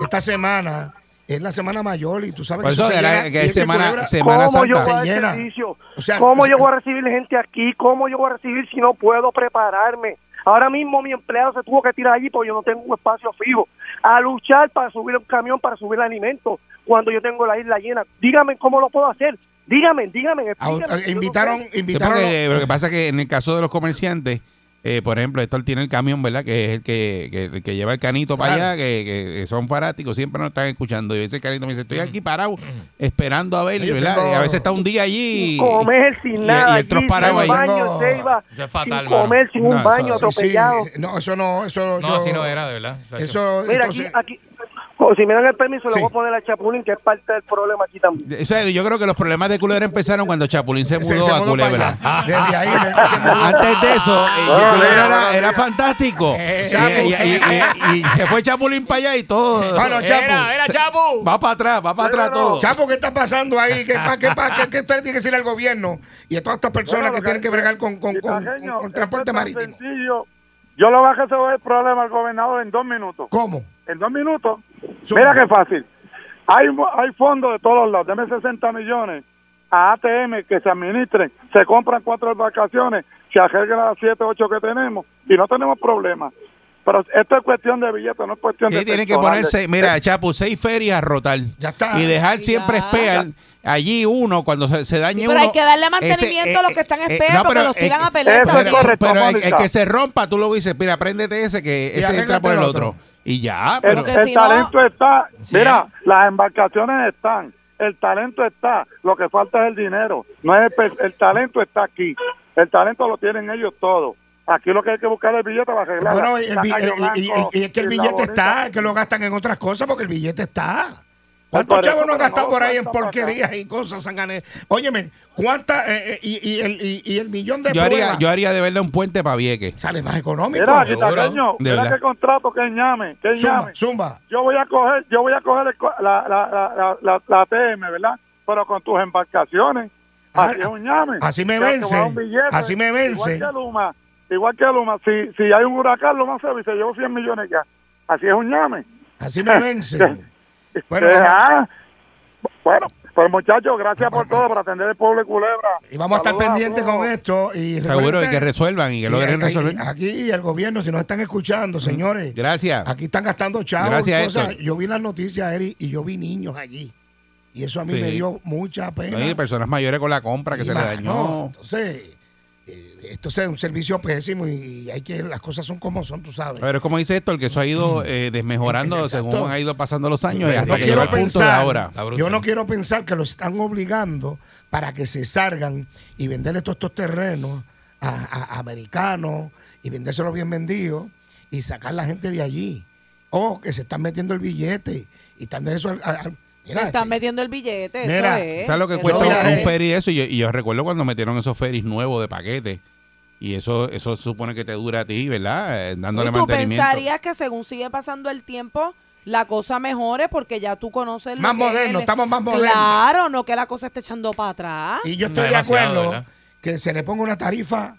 Speaker 3: esta semana es la semana mayor y tú sabes
Speaker 2: por eso
Speaker 3: se
Speaker 2: era
Speaker 3: llena, y
Speaker 2: que
Speaker 3: es
Speaker 2: es semana,
Speaker 3: Culebra-
Speaker 2: semana
Speaker 7: ¿Cómo yo voy
Speaker 2: Santa.
Speaker 7: a dar
Speaker 3: Se llena.
Speaker 7: servicio?
Speaker 3: O sea,
Speaker 7: ¿Cómo
Speaker 3: o sea,
Speaker 7: yo voy a recibir gente aquí? ¿Cómo yo voy a recibir si no puedo prepararme? Ahora mismo mi empleado se tuvo que tirar allí porque yo no tengo un espacio fijo. A luchar para subir un camión, para subir alimentos, cuando yo tengo la isla llena. Dígame cómo lo puedo hacer. Dígame, dígame.
Speaker 3: a-
Speaker 7: explíqueme. Yo no
Speaker 3: a-
Speaker 7: sé.
Speaker 3: invitaron,
Speaker 2: Sí,
Speaker 3: invitaron.
Speaker 2: porque, lo que pasa es que en el caso de los comerciantes, eh, por ejemplo, Héctor tiene el camión, ¿verdad? Que es el que, que- el que lleva el canito para
Speaker 3: Claro.
Speaker 2: allá, que, que son fanáticos, siempre nos están escuchando. Y ese canito me dice, estoy aquí parado, esperando a ver,
Speaker 3: Yo
Speaker 2: ¿verdad?
Speaker 3: tengo-
Speaker 2: Y a veces está un día allí. y-
Speaker 7: Sin comer,
Speaker 2: y-
Speaker 7: sin
Speaker 2: y
Speaker 7: nada.
Speaker 2: otros
Speaker 7: allí,
Speaker 2: parados
Speaker 7: sin
Speaker 2: ahí.
Speaker 7: baño,
Speaker 3: Tengo-
Speaker 7: ceiba,
Speaker 4: Eso es fatal,
Speaker 7: sin
Speaker 4: mano.
Speaker 7: comer, sin
Speaker 2: No,
Speaker 7: un
Speaker 2: eso-
Speaker 7: baño,
Speaker 2: sí,
Speaker 3: Sí,
Speaker 7: atropellado.
Speaker 3: no, eso no, eso
Speaker 4: No,
Speaker 3: yo-
Speaker 4: así no era, de verdad. O sea,
Speaker 3: Eso,
Speaker 7: Mira,
Speaker 3: entonces-
Speaker 7: aquí, aquí, o si me dan el permiso,
Speaker 3: Sí.
Speaker 7: le voy a poner a Chapulín, que es parte del problema aquí también.
Speaker 2: O sea, yo creo que los problemas de Culebra empezaron cuando Chapulín se mudó a
Speaker 3: para
Speaker 2: Culebra.
Speaker 3: allá. Desde ahí, desde- se mudó.
Speaker 2: Antes de eso, eh, Culebra era, era fantástico.
Speaker 3: Eh,
Speaker 2: Eh, y, y- y- y se fue Chapulín para allá y todo.
Speaker 3: Bueno, Chapo.
Speaker 4: Chapu.
Speaker 2: Va para atrás, va para atrás todo.
Speaker 3: Chapo, ¿qué está pasando ahí? ¿Qué, pa- qué, pa- qué- qué usted tiene que decirle al gobierno y a todas estas personas
Speaker 7: Bueno,
Speaker 3: que
Speaker 7: lo
Speaker 3: tienen que bregar con, con, con-
Speaker 8: Carreño,
Speaker 3: con- con transporte
Speaker 8: esto es tan
Speaker 3: marítimo?
Speaker 8: sencillo. Yo lo voy a resolver el problema al gobernador en dos minutos.
Speaker 3: ¿Cómo?
Speaker 8: En dos minutos.
Speaker 3: Suma.
Speaker 8: Mira qué fácil. Hay, mo- hay fondos de todos lados. Deme 60 millones a ATM que se administren. Se compran cuatro embarcaciones, se arreglan las siete, ocho que tenemos y no tenemos problema. Pero esto es cuestión de billetes, no es cuestión de...
Speaker 2: Sí, tienen que
Speaker 8: personales.
Speaker 2: ponerse,
Speaker 7: Eh.
Speaker 2: mira, Chapu, seis ferias a rotar.
Speaker 3: Ya está.
Speaker 2: Y dejar siempre
Speaker 5: Ya.
Speaker 2: espear allí uno cuando se, se dañe
Speaker 5: Sí,
Speaker 2: uno.
Speaker 5: pero hay que darle
Speaker 2: ese,
Speaker 5: mantenimiento a los que están
Speaker 2: eh,
Speaker 5: espear
Speaker 2: no,
Speaker 5: porque
Speaker 2: pero,
Speaker 5: los
Speaker 2: eh,
Speaker 5: tiran a
Speaker 8: eh,
Speaker 5: pelear
Speaker 2: Pero,
Speaker 8: Eso es
Speaker 5: también.
Speaker 8: correcto,
Speaker 2: pero el,
Speaker 8: Mónica.
Speaker 2: el que se rompa, tú luego dices, mira, apréndete ese que
Speaker 3: Y
Speaker 2: ese entra por el
Speaker 3: arréglate el
Speaker 2: otro.
Speaker 3: otro.
Speaker 2: Y ya,
Speaker 8: El,
Speaker 2: pero
Speaker 5: Porque
Speaker 8: el
Speaker 5: si no-
Speaker 8: talento está,
Speaker 4: Sí.
Speaker 8: mira, las embarcaciones están, el talento está, lo que falta es el dinero, no es el, pe- el talento está aquí, el talento lo tienen ellos todos. Aquí lo que hay que buscar es el billete para arreglar.
Speaker 3: Bueno,
Speaker 8: la-
Speaker 3: y el
Speaker 8: la
Speaker 3: bi- eh,
Speaker 8: Cayo
Speaker 3: y- y-
Speaker 8: Blanco
Speaker 3: y- y es que el
Speaker 8: la
Speaker 3: billete
Speaker 8: bonita.
Speaker 3: está, que lo gastan en otras cosas porque el billete está. ¿Cuántos
Speaker 8: Por eso,
Speaker 3: chavos no han
Speaker 8: pero
Speaker 3: gastado
Speaker 8: no
Speaker 3: por ahí en
Speaker 8: gastan para acá.
Speaker 3: porquerías y cosas, sanganes? Óyeme, ¿cuánta? eh, eh, y, y el, y- y el millón de
Speaker 2: yo haría,
Speaker 3: pruebas
Speaker 2: yo haría de verle un puente para Vieque.
Speaker 3: sale más económico.
Speaker 8: Mira,
Speaker 4: Seguro.
Speaker 8: Quitaqueño,
Speaker 2: De
Speaker 8: mira
Speaker 2: verdad.
Speaker 8: qué contrato que ñame, que
Speaker 3: Zumba,
Speaker 8: ñame.
Speaker 3: zumba.
Speaker 8: Yo voy a coger, yo voy a coger el co- la, la, la, la, la, la ATM, ¿verdad? Pero con tus embarcaciones. Así
Speaker 3: Ah,
Speaker 8: es un ñame.
Speaker 3: así me
Speaker 8: Yo te
Speaker 3: vence.
Speaker 8: voy a dar un billete,
Speaker 3: Así me vence.
Speaker 8: Igual que Luma, igual que Luma, si, si hay un huracán, Luma se se llevó 100 millones ya. Así es un ñame.
Speaker 3: Así me vence. Bueno,
Speaker 8: Eh,
Speaker 3: vamos- pues,
Speaker 8: ah, bueno, pues muchachos, gracias por todo, por atender el pueblo de Culebra.
Speaker 3: y vamos a estar
Speaker 8: Saludos
Speaker 3: pendientes
Speaker 8: todos.
Speaker 3: con esto. Y
Speaker 2: Seguro y
Speaker 3: recuerden-
Speaker 2: que resuelvan y que
Speaker 3: y
Speaker 2: logren
Speaker 3: aquí-
Speaker 2: resolver.
Speaker 3: Aquí el gobierno, si nos están escuchando, señores.
Speaker 2: Gracias.
Speaker 3: Aquí están gastando chavos.
Speaker 2: Gracias,
Speaker 3: y cosas.
Speaker 2: Héctor.
Speaker 3: Yo vi las noticias, Eri, y yo vi niños allí. Y eso a mí
Speaker 2: Sí.
Speaker 3: me dio mucha pena.
Speaker 2: No hay personas mayores con la compra que
Speaker 3: Sí,
Speaker 2: se le
Speaker 3: mano,
Speaker 2: dañó.
Speaker 3: Entonces, eh, esto es un servicio pésimo y hay que las cosas son como son, tú sabes.
Speaker 2: Pero es como dice Héctor, que eso ha ido eh, desmejorando
Speaker 3: Exacto.
Speaker 2: según han ido pasando los años y
Speaker 3: Yo
Speaker 2: hasta que
Speaker 3: quiero
Speaker 2: llegó el punto de
Speaker 3: pensar-
Speaker 2: ahora.
Speaker 4: Está brutal.
Speaker 3: Yo no quiero pensar que los están obligando para que se salgan y venderle todos estos terrenos a, a- a americanos y vendérselos bien vendidos y sacar la gente de allí. O que se están metiendo el billete y están de eso. al- al- al-
Speaker 5: Se
Speaker 3: Mira, este,
Speaker 5: están metiendo el billete,
Speaker 3: Mira,
Speaker 5: eso es.
Speaker 2: ¿Sabes lo que
Speaker 5: Eso
Speaker 2: cuesta
Speaker 3: ya
Speaker 2: un,
Speaker 3: es.
Speaker 2: un ferry eso? Y yo, y yo recuerdo cuando metieron esos ferries nuevos de paquete. Y eso eso supone que te dura a ti, ¿verdad? Eh, dándole
Speaker 5: Y tú
Speaker 2: mantenimiento.
Speaker 5: pensarías que según sigue pasando el tiempo, la cosa mejore porque ya tú conoces lo
Speaker 3: Más
Speaker 5: que es
Speaker 3: moderno,
Speaker 5: el-
Speaker 3: estamos más modernos.
Speaker 5: Claro, no que la cosa esté echando para atrás.
Speaker 3: Y yo estoy de
Speaker 4: Demasiado,
Speaker 3: acuerdo
Speaker 4: ¿verdad?
Speaker 3: que se le ponga una tarifa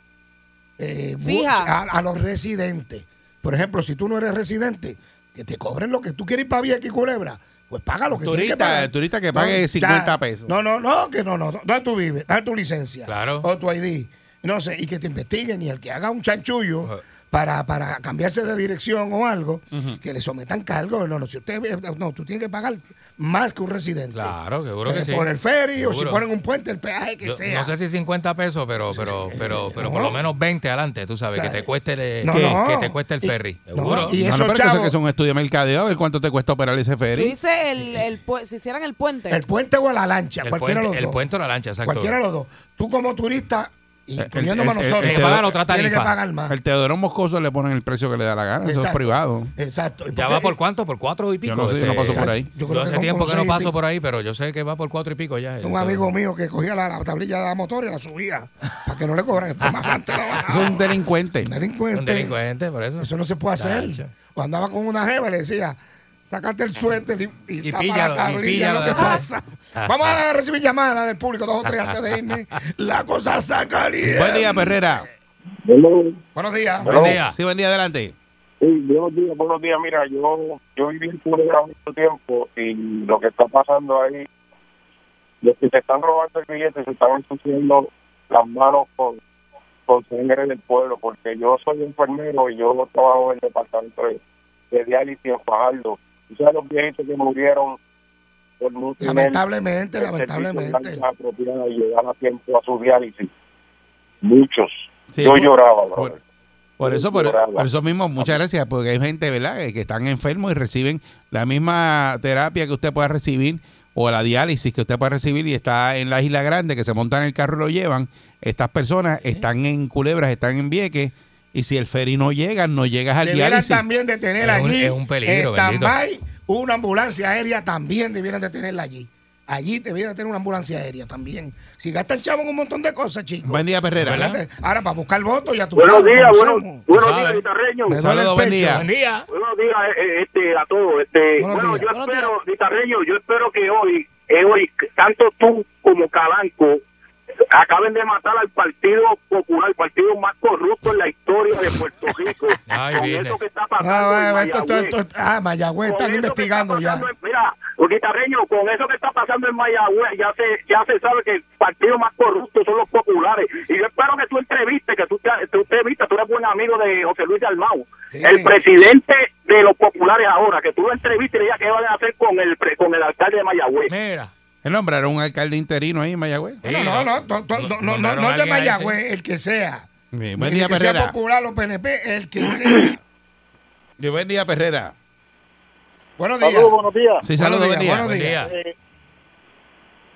Speaker 3: eh, bu-
Speaker 5: Fija.
Speaker 3: A, a los residentes. Por ejemplo, si tú no eres residente, que te cobren lo que tú quieres ir para Vieques y Culebra, pues paga lo que tienes
Speaker 2: Turista,
Speaker 3: que pagar.
Speaker 2: el turista que pague 50 pesos.
Speaker 3: No, no, no, que no, no. ¿Dónde tú vives? Dame tu licencia.
Speaker 4: Claro.
Speaker 3: O tu ID. No sé, y que te investiguen y el que haga un chanchullo...
Speaker 4: Ajá.
Speaker 3: Para, para cambiarse de dirección o algo, que le sometan cargo. No, no, si usted. eh, No, tú tienes que pagar más que un residente.
Speaker 4: Claro, seguro que
Speaker 3: Eh,
Speaker 4: sí.
Speaker 3: Por el ferry o si
Speaker 4: Seguro.
Speaker 3: ponen un puente, el peaje que
Speaker 4: Yo-
Speaker 3: sea. eh,
Speaker 4: no sé si 50 pesos, pero pero pero pero por
Speaker 3: No.
Speaker 4: lo menos 20 adelante, tú sabes,
Speaker 3: O sea,
Speaker 4: que te cueste el,
Speaker 3: no,
Speaker 4: que,
Speaker 3: no.
Speaker 4: que te cueste el
Speaker 3: Y-
Speaker 4: ferry.
Speaker 3: no,
Speaker 4: seguro.
Speaker 3: y-
Speaker 2: No,
Speaker 3: esos
Speaker 2: no, pero que eso
Speaker 3: chavos-
Speaker 2: que es un estudio de mercadeo, a ver cuánto te cuesta operar ese
Speaker 5: Tú
Speaker 2: ferry.
Speaker 5: dices el, el pu- si hicieran el puente.
Speaker 3: El puente o la lancha,
Speaker 4: el,
Speaker 3: cualquiera de
Speaker 4: puente,
Speaker 3: los
Speaker 4: el
Speaker 3: dos.
Speaker 4: puente o la lancha, exacto.
Speaker 3: cualquiera de los dos. Tú como turista incluyéndome a
Speaker 2: el- el-
Speaker 3: nosotros.
Speaker 2: el- el- pagar
Speaker 4: otra
Speaker 3: Tiene que
Speaker 4: tarifa.
Speaker 3: pagar más.
Speaker 2: El Teodoro Moscoso le ponen el precio que le da la gana, eso es
Speaker 3: Exacto.
Speaker 2: privado.
Speaker 3: Exacto. ¿Y
Speaker 4: ¿Ya
Speaker 3: qué?
Speaker 4: va por cuánto? ¿Por cuatro y pico? Este,
Speaker 2: Yo no sé, yo no paso por ahí.
Speaker 3: Yo
Speaker 4: Yo,
Speaker 3: creo que
Speaker 4: hace
Speaker 3: son
Speaker 4: tiempo
Speaker 3: como
Speaker 4: que no
Speaker 3: seis y
Speaker 4: paso
Speaker 3: pico.
Speaker 4: por ahí, pero yo sé que va por cuatro y pico ya.
Speaker 3: Un amigo mío que cogía la, la tablilla de la motora y la subía para que no le cobran. Después más adelante la bajaba.
Speaker 2: Es un delincuente.
Speaker 3: Un
Speaker 4: Un delincuente, por eso.
Speaker 3: Eso no se puede hacer.
Speaker 4: Chacho.
Speaker 3: O andaba con una jeva y le decía, sacate el suéter y, y,
Speaker 4: Y
Speaker 3: tapa
Speaker 4: píllalo,
Speaker 3: la
Speaker 4: y
Speaker 3: tablilla,
Speaker 4: píllalo
Speaker 3: lo que
Speaker 4: después.
Speaker 3: pasa. Vamos a recibir llamadas del público, dos o tres antes de irme. La cosa está caliente.
Speaker 2: Buen día, Perrera.
Speaker 3: Buenos días.
Speaker 4: Buen día.
Speaker 2: Sí, buen día, adelante.
Speaker 8: Sí, buenos días, buenos días. Mira, yo, yo viví en Culebra mucho tiempo y lo que está pasando ahí, los que se están robando el billete se están ensuciando las manos con, con sangre del pueblo, porque yo soy enfermero y yo trabajo en el departamento de, de diálisis en Fajardo. Y sabes los viejitos que murieron por no tener
Speaker 3: Lamentablemente,
Speaker 8: el servicio
Speaker 3: lamentablemente.
Speaker 8: de apropiado y llegar a tiempo a su diálisis? Muchos.
Speaker 2: Sí,
Speaker 8: yo
Speaker 2: por-
Speaker 8: lloraba, bro.
Speaker 2: por- Por eso, por, por eso mismo, muchas gracias, porque hay gente, ¿verdad?, que, que están enfermos y reciben la misma terapia que usted pueda recibir o la diálisis que usted pueda recibir y está en la Isla Grande, que se montan en el carro y lo llevan. Estas personas están en Culebras, están en Vieques, y si el ferry no llega, no llegas al
Speaker 3: Debieran
Speaker 2: diálisis.
Speaker 3: también de tener
Speaker 4: Es un-
Speaker 3: allí
Speaker 4: es un peligro,
Speaker 3: en
Speaker 4: bendito.
Speaker 3: stand-by una ambulancia aérea también debieran de tenerla allí. Allí debieran tener una ambulancia aérea también. Si gastan chavo en un montón de cosas, chicos.
Speaker 2: Buen día, Perrera.
Speaker 4: ¿Verdad?
Speaker 3: Ahora, para buscar votos, ya tú
Speaker 8: Buenos
Speaker 3: sabes
Speaker 8: días,
Speaker 3: cómo
Speaker 8: bueno,
Speaker 3: somos.
Speaker 8: buenos
Speaker 4: sabes.
Speaker 8: días, guitarreño.
Speaker 3: Me duele el
Speaker 2: Saludos, buen
Speaker 3: pecho.
Speaker 2: día.
Speaker 4: Buen día.
Speaker 8: Buenos días eh, eh, este, a todos. Este,
Speaker 3: Buenos
Speaker 8: bueno,
Speaker 3: días.
Speaker 8: yo
Speaker 5: Buenos
Speaker 8: espero, guitarreño, yo espero que hoy, eh, hoy, tanto tú como Calanco acaben de matar al Partido Popular, el partido más corrupto en la historia de Puerto Rico.
Speaker 4: Ay,
Speaker 8: Con
Speaker 4: Virgen.
Speaker 8: eso que está
Speaker 3: Ah,
Speaker 8: pasando. en
Speaker 3: bueno, esto- esto-
Speaker 8: Mayagüez.
Speaker 3: esto- ah, Mayagüez
Speaker 8: Con eso
Speaker 3: están
Speaker 8: que
Speaker 3: investigando
Speaker 8: está
Speaker 3: ya.
Speaker 8: pasando en- mira, los guitarreños, con eso que está pasando en Mayagüez, ya se, ya se sabe que el partido más corrupto son los populares. Y yo espero que tú entrevistes, que tú te, tú te vistas, tú eres buen amigo de José Luis Dalmau,
Speaker 3: Sí.
Speaker 8: el presidente de los populares ahora, que tú lo entrevistes y digas qué van a hacer con el, pre- con el alcalde de Mayagüez.
Speaker 4: Mira.
Speaker 2: Él nombraron un alcalde interino ahí en Mayagüez.
Speaker 4: Sí,
Speaker 3: No, no, no, no, no, no, no,
Speaker 4: nombraron
Speaker 3: no
Speaker 4: a
Speaker 3: de
Speaker 4: alguien ahí, sí.
Speaker 3: Mayagüez, el que sea.
Speaker 2: Sí,
Speaker 3: El
Speaker 2: buen día,
Speaker 3: que sea
Speaker 2: Perrera.
Speaker 3: popular o PNP, el que sea.
Speaker 2: Sí, Buen día, Perrera.
Speaker 3: Buenos días.
Speaker 8: buenos días.
Speaker 2: Sí, saludos, buen día.
Speaker 3: buenos
Speaker 4: Buen
Speaker 3: días.
Speaker 4: día.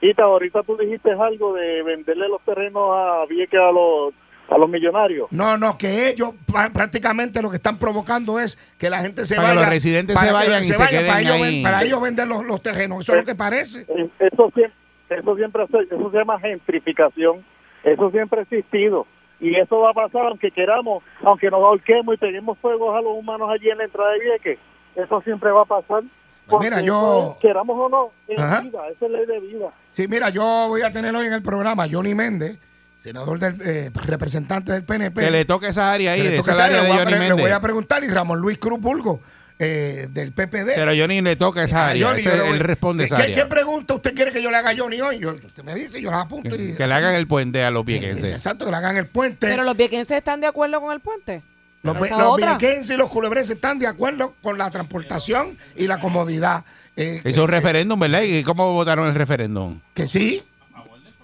Speaker 8: Tita, Eh, ahorita tú dijiste algo de venderle los terrenos a Vieques a los, a los millonarios.
Speaker 3: No, no, que ellos pa- prácticamente lo que están provocando es que la gente se
Speaker 2: Para que
Speaker 3: vaya.
Speaker 2: los residentes se vayan y se queden
Speaker 3: para ellos,
Speaker 2: ahí.
Speaker 3: ven- para ellos vender los, los terrenos, eso es lo que parece.
Speaker 8: Eh, eso siempre, eso siempre hace- eso se llama gentrificación eso siempre ha existido y eso va a pasar aunque queramos aunque nos ahorquemos y peguemos fuegos a los humanos allí en la entrada de Vieques eso siempre va a pasar porque
Speaker 3: Mira, yo-
Speaker 8: eso es, queramos o no es
Speaker 3: Ajá.
Speaker 8: vida esa es ley de vida
Speaker 3: Sí, mira, yo voy a tener hoy en el programa a Johnny Méndez, senador del eh, representante del PNP.
Speaker 2: Que le toque esa área ahí,
Speaker 3: Que le
Speaker 2: de
Speaker 3: toque
Speaker 2: esa
Speaker 3: esa área,
Speaker 2: área de
Speaker 3: le voy a
Speaker 2: Johnny
Speaker 3: pre- Le voy
Speaker 2: Méndez.
Speaker 3: a preguntar y Ramón Luis Cruz Burgo, eh, del PPD.
Speaker 2: Pero Johnny le toca esa
Speaker 3: A
Speaker 2: área.
Speaker 3: Johnny,
Speaker 2: ese-
Speaker 3: Ah, yo le voy-
Speaker 2: él responde
Speaker 3: ¿Qué-
Speaker 2: esa
Speaker 3: ¿qué,
Speaker 2: área.
Speaker 3: ¿Qué pregunta usted quiere que yo le haga a Johnny hoy? Yo- usted me dice, yo la apunto. Y,
Speaker 2: Que le hagan el puente a los viequenses.
Speaker 3: Exacto, que le hagan el puente.
Speaker 5: Pero los viequenses están de acuerdo con el puente.
Speaker 3: Los,
Speaker 5: Esa
Speaker 3: los
Speaker 5: otra.
Speaker 3: viequenses y los culebrenses están de acuerdo con la transportación y la comodidad. Eh, que,
Speaker 2: Hizo un referéndum, ¿verdad? ¿Y cómo votaron el referéndum?
Speaker 3: que sí.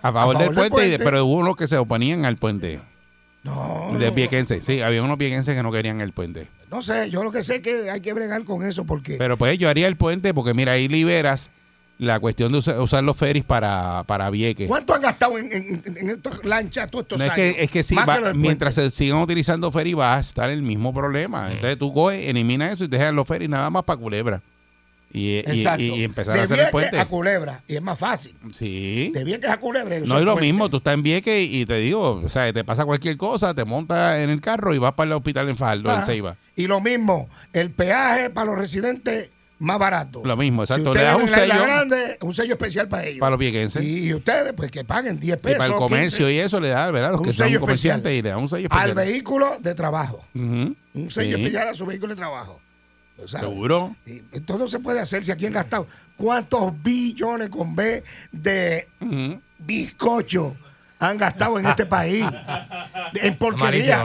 Speaker 2: A favor,
Speaker 3: favor
Speaker 2: del
Speaker 3: del
Speaker 2: puente, y de-
Speaker 3: puente.
Speaker 2: pero hubo unos que se oponían al puente.
Speaker 3: No,
Speaker 2: De viequenses, sí, había unos viequenses que no querían el puente.
Speaker 3: no sé, yo lo que sé es que hay que bregar con eso porque...
Speaker 2: Pero pues yo haría el puente porque mira, ahí liberas la cuestión de usa- usar los ferries para, para Vieques.
Speaker 3: ¿Cuánto han gastado en, en, en- en estas lanchas todos estos
Speaker 2: No, es
Speaker 3: años?
Speaker 2: que, es que si
Speaker 3: Más
Speaker 2: va-
Speaker 3: lo del
Speaker 2: mientras
Speaker 3: puente.
Speaker 2: se sigan utilizando ferries va a estar el mismo problema. Entonces tú coges, elimina eso y dejas los ferries nada más para Culebra. Y, y-
Speaker 3: Exacto.
Speaker 2: y empezar
Speaker 3: De
Speaker 2: a hacer el
Speaker 3: Vieques
Speaker 2: puente.
Speaker 3: a Culebra, y es más fácil.
Speaker 2: Sí.
Speaker 3: De Vieques a Culebra.
Speaker 2: No es lo
Speaker 3: puente.
Speaker 2: mismo, tú estás en Vieques y, y te digo, o sea, te pasa cualquier cosa, te montas en el carro y vas para el hospital en Fajardo,
Speaker 3: Ajá.
Speaker 2: en Ceiba.
Speaker 3: Ah, Y lo mismo, el peaje para los residentes más barato.
Speaker 2: Lo mismo, exacto.
Speaker 3: Si
Speaker 2: Le das un
Speaker 3: ustedes viven en la
Speaker 2: sello
Speaker 3: grande, un sello especial para ellos.
Speaker 2: para los viequenses.
Speaker 3: y ustedes, pues que paguen 10
Speaker 2: y
Speaker 3: pesos.
Speaker 2: para el comercio
Speaker 3: 15,
Speaker 2: y eso le da, ¿verdad? Los
Speaker 3: Un
Speaker 2: que son
Speaker 3: sello
Speaker 2: comerciantes
Speaker 3: especial.
Speaker 2: y le da un sello
Speaker 3: al
Speaker 2: especial.
Speaker 3: vehículo de trabajo.
Speaker 2: Ujú.
Speaker 3: Un sello
Speaker 2: Sí.
Speaker 3: especial a su vehículo de trabajo. O sea,
Speaker 2: Seguro.
Speaker 3: y Esto no se puede hacer si aquí han gastado cuántos billones con B de
Speaker 2: Ujú.
Speaker 3: bizcocho han gastado en este país. En porquería.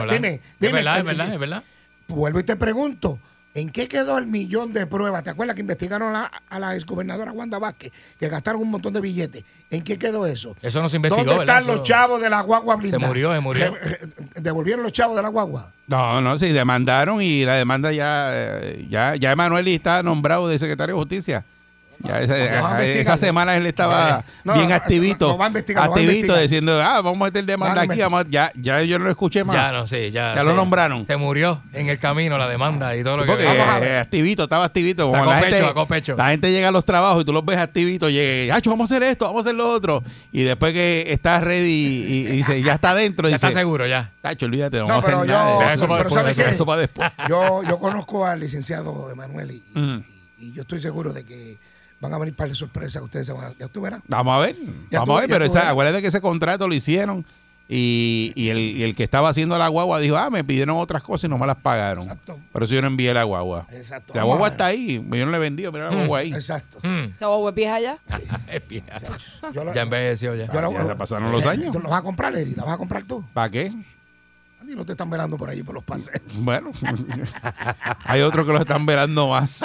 Speaker 4: Malísimo, ¿verdad?
Speaker 3: dime, dime.
Speaker 4: Es verdad, es verdad, es verdad.
Speaker 3: Vuelvo y te pregunto, ¿en qué quedó el millón de pruebas? ¿Te acuerdas que investigaron a, la- a la exgobernadora Wanda Vázquez, que gastaron un montón de billetes? ¿En qué quedó eso?
Speaker 4: Eso no se investigó,
Speaker 3: ¿Dónde
Speaker 4: ¿verdad?
Speaker 3: están
Speaker 4: Eso-
Speaker 3: los chavos de la guagua blindada?
Speaker 4: murió, se murió.
Speaker 3: Re- re- ¿Devolvieron los chavos de la guagua?
Speaker 2: No, no, sí, demandaron y la demanda ya, eh, ya, ya Emanuel está nombrado de secretario de justicia. Ya esa,
Speaker 3: Vamos
Speaker 2: ajá,
Speaker 3: a
Speaker 2: esa
Speaker 3: investigarlo.
Speaker 2: semana él estaba
Speaker 3: No,
Speaker 2: bien
Speaker 3: no,
Speaker 2: activito,
Speaker 3: lo van a investigar, lo van a
Speaker 2: activito
Speaker 3: investigar.
Speaker 2: diciendo, ah, vamos a meter demanda
Speaker 3: Van a
Speaker 2: aquí, vamos a- ya, ya yo no lo escuché más.
Speaker 4: Ya no sé, ya.
Speaker 2: Ya lo
Speaker 4: se-
Speaker 2: nombraron.
Speaker 4: Se murió en el camino la demanda y todo lo que.
Speaker 2: Porque
Speaker 4: Vamos a ver.
Speaker 2: eh, activito, estaba activito.
Speaker 4: Sacó
Speaker 2: Como la,
Speaker 4: pecho,
Speaker 2: gente,
Speaker 4: sacó pecho.
Speaker 2: la gente llega a los trabajos y tú los ves activitos, llega, "Acho, vamos a hacer esto, vamos a hacer lo otro. Y después que estás ready y, y- y dice, ya está adentro,
Speaker 4: Ya
Speaker 2: dice,
Speaker 4: está seguro, ya.
Speaker 2: "Tacho, olvídate, no,
Speaker 3: No,
Speaker 2: vamos a
Speaker 3: pero
Speaker 2: hacer
Speaker 3: yo-
Speaker 2: nada. de
Speaker 3: pero ¿sabes
Speaker 2: eso,
Speaker 3: qué?
Speaker 2: eso para después.
Speaker 3: Yo, yo conozco al licenciado Emanuel y, y-
Speaker 2: Mm.
Speaker 3: y yo estoy seguro de que van a venir para de sorpresa que ustedes se van a... Ya tú verás.
Speaker 2: Vamos a ver,
Speaker 3: Ya
Speaker 2: vamos
Speaker 3: tú-
Speaker 2: a ver,
Speaker 3: ya
Speaker 2: pero
Speaker 3: tú
Speaker 2: esa-
Speaker 3: verás.
Speaker 2: acuérdate que ese contrato lo hicieron y, y el, y el que estaba haciendo la guagua dijo, ah, me pidieron otras cosas y no me las pagaron.
Speaker 3: Exacto.
Speaker 2: Pero eso yo no envié la guagua.
Speaker 3: Exacto.
Speaker 2: La
Speaker 3: Vamos a
Speaker 2: guagua
Speaker 3: ver.
Speaker 2: está ahí, yo no le he vendido, mira la guagua ahí.
Speaker 3: Exacto.
Speaker 4: Mm.
Speaker 5: ¿Esa guagua es vieja ya?
Speaker 2: Mm.
Speaker 3: Yo la-
Speaker 4: ya envejeció ya.
Speaker 3: yo la-
Speaker 2: Ah, Ya se pasaron los
Speaker 3: Eh,
Speaker 2: años.
Speaker 3: ¿Tú la vas a comprar, Eri? ¿La vas a comprar tú?
Speaker 2: ¿Para qué?
Speaker 3: A ti no te están velando por ahí por los pases.
Speaker 2: Bueno, hay otros que lo están velando más.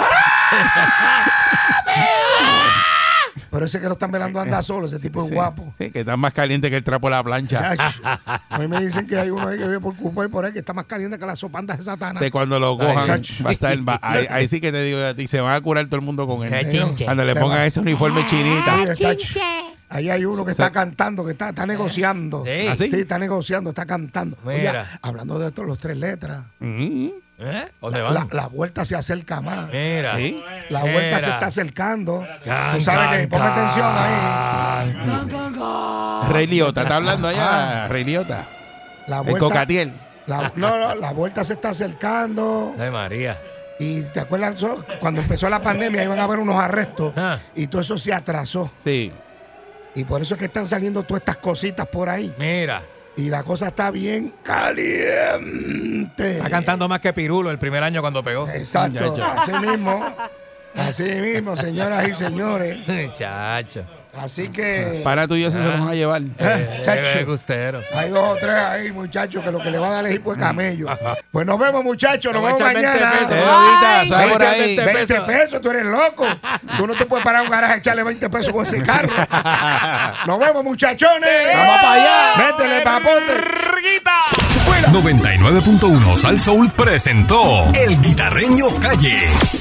Speaker 3: Pero ese que lo están velando anda solo, ese tipo es
Speaker 2: Sí,
Speaker 3: guapo.
Speaker 2: Sí, que están más calientes que el trapo de la plancha.
Speaker 3: Chacho. A mí me dicen que hay uno ahí que vive por cupo y por ahí que está más caliente que la sopandas de Satana.
Speaker 2: De cuando lo cojan,
Speaker 3: chacho.
Speaker 2: va a estar. va- ahí, ahí sí que te digo a ti, se van a curar todo el mundo con él.
Speaker 4: Qué chinche.
Speaker 2: Cuando le
Speaker 3: Te
Speaker 2: pongan
Speaker 3: va.
Speaker 2: ese uniforme chinita.
Speaker 3: Mira, chacho. Ahí hay uno que está cantando, que está, está negociando.
Speaker 4: Eh, Sí.
Speaker 2: ¿Ah, sí?
Speaker 3: está negociando, está cantando. Oye,
Speaker 4: Mira.
Speaker 3: hablando de estos los tres letras,
Speaker 2: Mm,
Speaker 4: ¿Eh? ¿O se
Speaker 3: la,
Speaker 4: van?
Speaker 3: la- la vuelta se acerca más.
Speaker 4: Mira.
Speaker 2: ¿sí?
Speaker 3: La vuelta
Speaker 4: Mira.
Speaker 3: se está acercando.
Speaker 4: Can,
Speaker 3: Tú sabes que
Speaker 4: can,
Speaker 3: ponme atención ahí.
Speaker 4: can.
Speaker 2: Rey Liotta, Ah, pues está Ah, hablando allá, Rey Liotta.
Speaker 3: La
Speaker 2: El
Speaker 3: vuelta,
Speaker 2: cocatiel.
Speaker 3: la- no, no, la vuelta se está acercando.
Speaker 4: Ay, María.
Speaker 3: Y te acuerdas, eso? cuando empezó la pandemia iban a haber unos arrestos
Speaker 4: Ah.
Speaker 3: y todo eso se atrasó.
Speaker 2: Sí.
Speaker 3: Y por eso es que están saliendo todas estas cositas por ahí.
Speaker 4: Mira.
Speaker 3: Y la cosa está bien caliente.
Speaker 4: Está cantando más que Pirulo el primer año cuando pegó.
Speaker 3: Exacto.
Speaker 2: Ya, ya.
Speaker 3: Así mismo. Así mismo, señoras y señores.
Speaker 4: Chacho.
Speaker 3: Así que
Speaker 2: Para tú y yo sí se los van a llevar.
Speaker 4: Eh,
Speaker 3: Chacho.
Speaker 4: eh, gustero.
Speaker 3: hay dos o tres ahí, muchachos, que lo que le va a dar es hipo de camello. Pues nos vemos, muchachos. Nos
Speaker 4: Te voy a
Speaker 3: vemos
Speaker 4: echar 20
Speaker 3: mañana.
Speaker 4: pesos.
Speaker 2: Eh,
Speaker 4: Ay,
Speaker 2: ahorita, ¿sabes este por ahí?
Speaker 4: 20
Speaker 3: 20 pesos. tú eres loco. Tú no te puedes parar a un garaje a echarle 20 pesos con ese carro. Nos vemos, muchachones.
Speaker 2: Vamos pa' allá.
Speaker 3: Métele papote.
Speaker 9: 99.1 Sal Soul presentó El Guitarreño Calle.